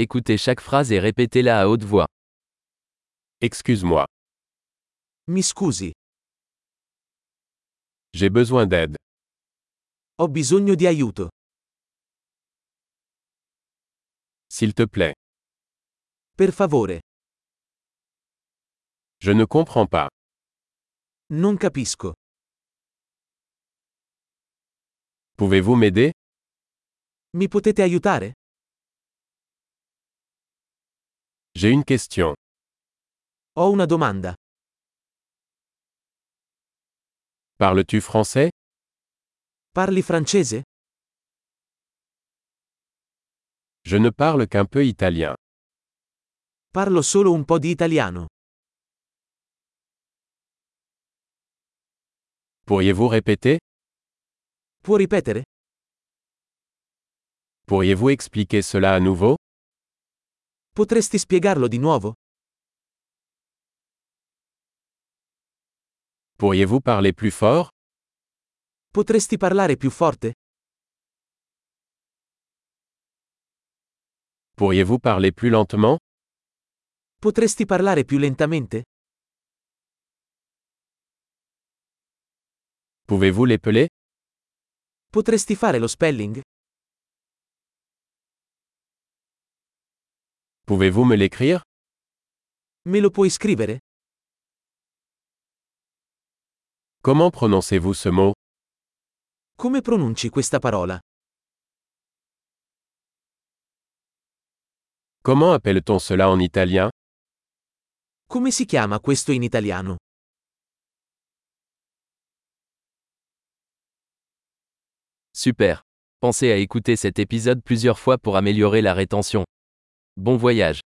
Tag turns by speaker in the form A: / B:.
A: Écoutez chaque phrase et répétez-la à haute voix.
B: Excuse-moi,
C: Mi scusi,
B: j'ai besoin d'aide.
C: ho bisogno di aiuto.
B: S'il te plaît,
C: Per favore,
B: je ne comprends pas.
C: non capisco.
B: Pouvez-vous m'aider
C: Mi potete aiutare?
B: J'ai une question.
C: Ho una domanda.
B: Parles-tu français
C: Parli francese?
B: Je ne parle qu'un peu italien.
C: Parlo solo un po' di italiano.
B: Pourriez-vous répéter
C: Può ripetere?
B: Pourriez-vous expliquer cela à nouveau
C: Potresti spiegarlo di nuovo?
B: Pourriez-vous parler plus fort
C: Potresti parlare più forte?
B: Pourriez-vous parler plus lentement
C: Potresti parlare più lentamente?
B: Pouvez-vous l'épeler
C: Potresti fare lo spelling?
B: Pouvez-vous me l'écrire
C: Me lo puoi scrivere?
B: Comment prononcez-vous ce mot
C: Come pronunci questa parola?
B: Comment appelle-t-on cela en italien
C: Come si chiama questo in italiano?
A: Super. Pensez à écouter cet épisode plusieurs fois pour améliorer la rétention. Bon voyage.